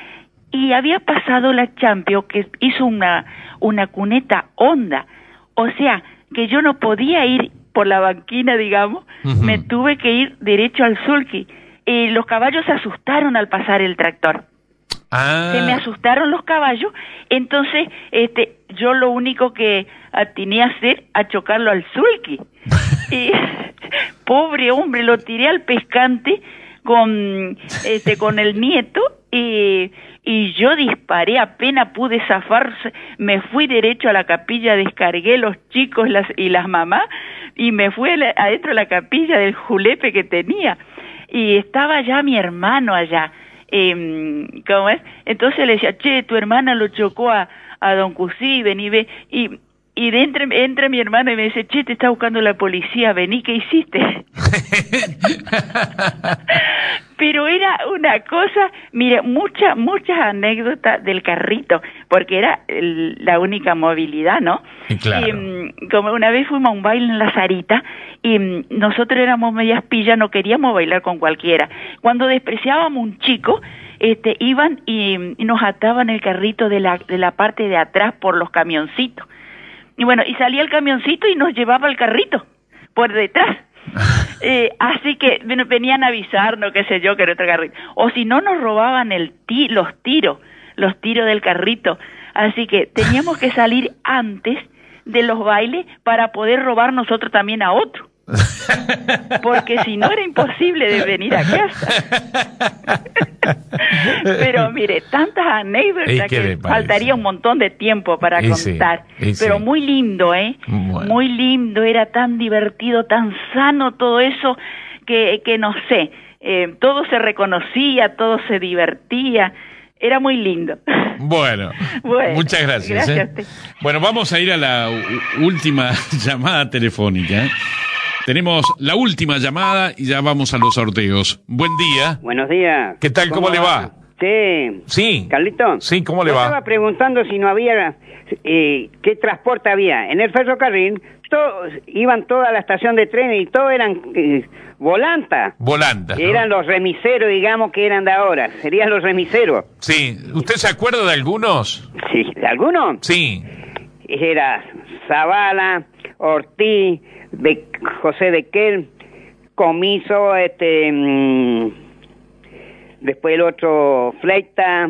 y había pasado la Champion que hizo una, una cuneta honda. O sea, que yo no podía ir por la banquina, digamos, me tuve que ir derecho al sulky. Eh, los caballos se asustaron al pasar el tractor.
Ah,
Se me asustaron los caballos, entonces este, yo lo único que atiné a hacer a chocarlo al sulky. y, pobre hombre, lo tiré al pescante con, este, con el nieto y, y yo disparé, apenas pude zafar, me fui derecho a la capilla, descargué los chicos las, y las mamás y me fui a la- adentro de la capilla del julepe que tenía y estaba ya mi hermano allá. em, ¿Cómo es? Entonces le decía, che, tu hermana lo chocó a, a don Cusí, vení, ve. Y, y de entre, entra mi hermana y me dice, che, te está buscando la policía, vení, ¿qué hiciste? pero era una cosa, mire, muchas, muchas anécdotas del carrito, porque era el- la única movilidad, ¿no?
Y claro.
Y, mm, como una vez fuimos a un baile en la Sarita y mm, nosotros éramos medias pillas, no queríamos bailar con cualquiera. Cuando despreciábamos un chico, este, iban y, mm, y nos ataban el carrito de la, de la parte de atrás por los camioncitos. Y bueno, y salía el camioncito y nos llevaba el carrito por detrás. Eh, así que bueno, venían a avisarnos, qué sé yo, que era otro carrito. O si no, nos robaban el ti- los tiros, los tiros del carrito. Así que teníamos que salir antes de los bailes para poder robar nosotros también a otro. Porque si no era imposible de venir a casa. Pero mire, tantas
¿Y
anécdotas
qué le parece?
que faltaría un montón de tiempo para
Y sí,
contar.
y sí.
Pero muy lindo, ¿eh?
Bueno.
Muy lindo, era tan divertido, tan sano todo eso que, que no sé, eh, todo se reconocía, todo se divertía, era muy lindo.
Bueno,
Bueno,
muchas gracias.
gracias
¿eh?
a usted.
Bueno, vamos a ir a la u- última llamada telefónica. ¿eh? Tenemos la última llamada y ya vamos a los sorteos. Buen día.
Buenos días.
¿Qué tal? ¿Cómo le va?
Sí.
Sí.
Carlito.
Sí, ¿cómo le
Yo
va?
Estaba preguntando si no había, eh, qué transporte había. En el ferrocarril to- iban toda la estación de trenes y todos eran eh, volantas.
Volantas. ¿no?
Eran los remiseros, digamos, que eran de ahora. Serían los remiseros.
Sí. ¿Usted se acuerda de algunos?
Sí. ¿De algunos?
Sí.
Era Zavala, Ortiz, de José Bequel, Comiso, este... mm, después el otro Fleita.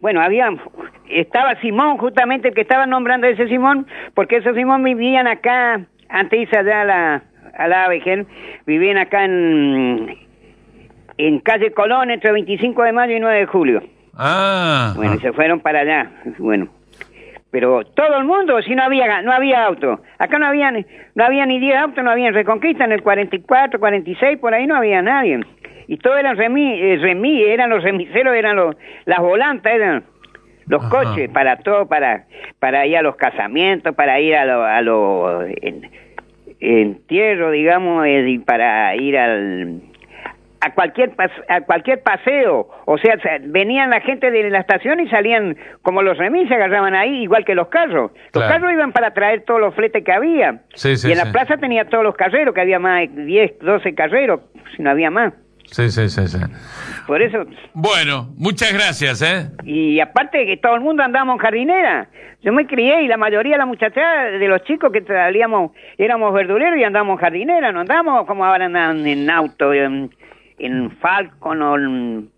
Bueno, había, estaba Simón, justamente el que estaba nombrando ese Simón, porque esos Simón vivían acá, antes hice allá a la, a la Abejel, vivían acá en, en calle Colón entre 25 de mayo y 9 de julio.
Ah.
Bueno, y se fueron para allá. Bueno. Pero todo el mundo, si no había no había auto. Acá no había, ni- no había ni 10 autos, no había en Reconquista, en el 44, 46, por ahí no había nadie. Y todos eran remis, eran los remiseros, eran los, las volantas, eran los coches para todo, para, para ir a los casamientos, para ir a los a los en- entierros, digamos, eh, y para ir al a cualquier pas- a cualquier paseo, o sea, sa- venían la gente de la estación y salían como los remis, se agarraban ahí igual que los carros. Los
Claro.
carros iban para traer todos los fletes que había.
Sí, sí,
y en
sí.
la plaza tenía todos los carreros, que había más de 10, 12 carreros, si no había más.
Sí, sí, sí, sí.
Por eso
Bueno, muchas gracias, ¿eh?
y aparte de que todo el mundo andábamos en jardinera. Yo me crié y la mayoría de la muchacha, de los chicos que salíamos, éramos verduleros y andábamos en jardinera, no andábamos como ahora andan en auto, en, en Falcon o en,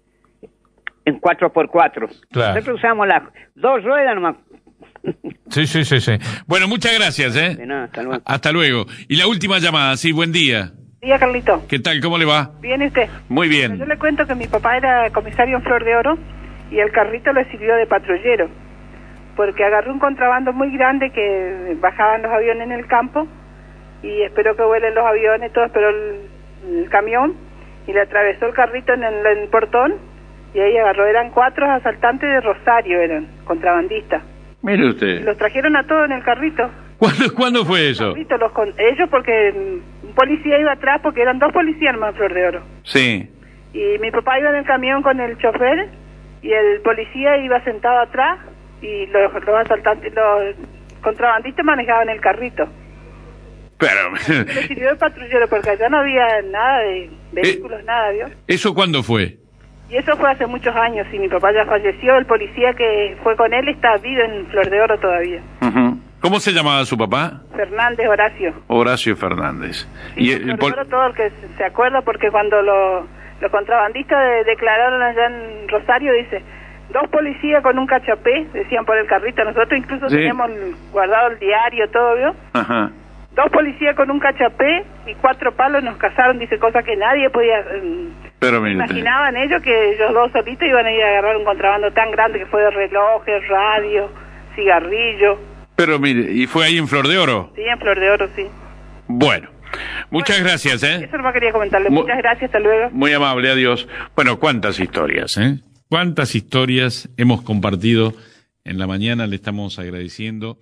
en 4x4.
Claro.
Nosotros usamos las dos ruedas nomás.
Sí, sí, sí, sí. Bueno, muchas gracias, ¿eh?
De nada, hasta luego.
Hasta luego. Y la última llamada, sí, buen día.
Día Carlito,
¿Qué tal? ¿Cómo le va?
bien usted.
Muy bien.
Yo le cuento que mi papá era comisario en Flor de Oro y el carrito le sirvió de patrullero, porque agarró un contrabando muy grande que bajaban los aviones en el campo y esperó que vuelen los aviones, todo esperó el, el camión y le atravesó el carrito en el, en el portón y ahí agarró, eran cuatro asaltantes de Rosario, eran contrabandistas.
Mire
Y
usted.
los trajeron a todos en el carrito.
¿Cuándo, cuándo fue eso?
Carrito, los con- ellos porque mm, un policía iba atrás porque eran dos policías nomás en Flor de Oro.
Sí.
Y mi papá iba en el camión con el chofer y el policía iba sentado atrás y los, los asaltantes, los contrabandistas manejaban el carrito.
Pero,
Le sirvió de patrullero porque allá no había nada de vehículos, nada, ¿vio?
¿eso cuándo fue?
Y eso fue hace muchos años y mi papá ya falleció. El policía que fue con él está vivo en Flor de Oro todavía.
¿Cómo se llamaba su papá?
Fernández Horacio.
Horacio Fernández.
Y
Y
eh,
el- el
Flor
pol-
de Oro todo el que se- se acuerda porque cuando lo- los contrabandistas de- declararon allá en Rosario, dice, dos policías con un cachapé, decían por el carrito, nosotros incluso
Sí.
teníamos el- guardado el diario, todo, ¿vio?
Ajá.
Dos policías con un cachapé y cuatro palos nos casaron, dice, cosa que nadie podía... eh,
Pero mire usted.
Imaginaban ellos que ellos dos solitos iban a ir a agarrar un contrabando tan grande que fue de relojes, radio, cigarrillo,
Pero mire, y fue ahí en Flor de Oro.
sí, en Flor de Oro, sí.
Bueno, muchas gracias, ¿eh?
Eso nomás quería comentarle.
Mu-
Muchas gracias, hasta luego.
Muy amable, adiós. Bueno, cuántas historias, ¿eh? Cuántas historias hemos compartido en la mañana, le estamos agradeciendo.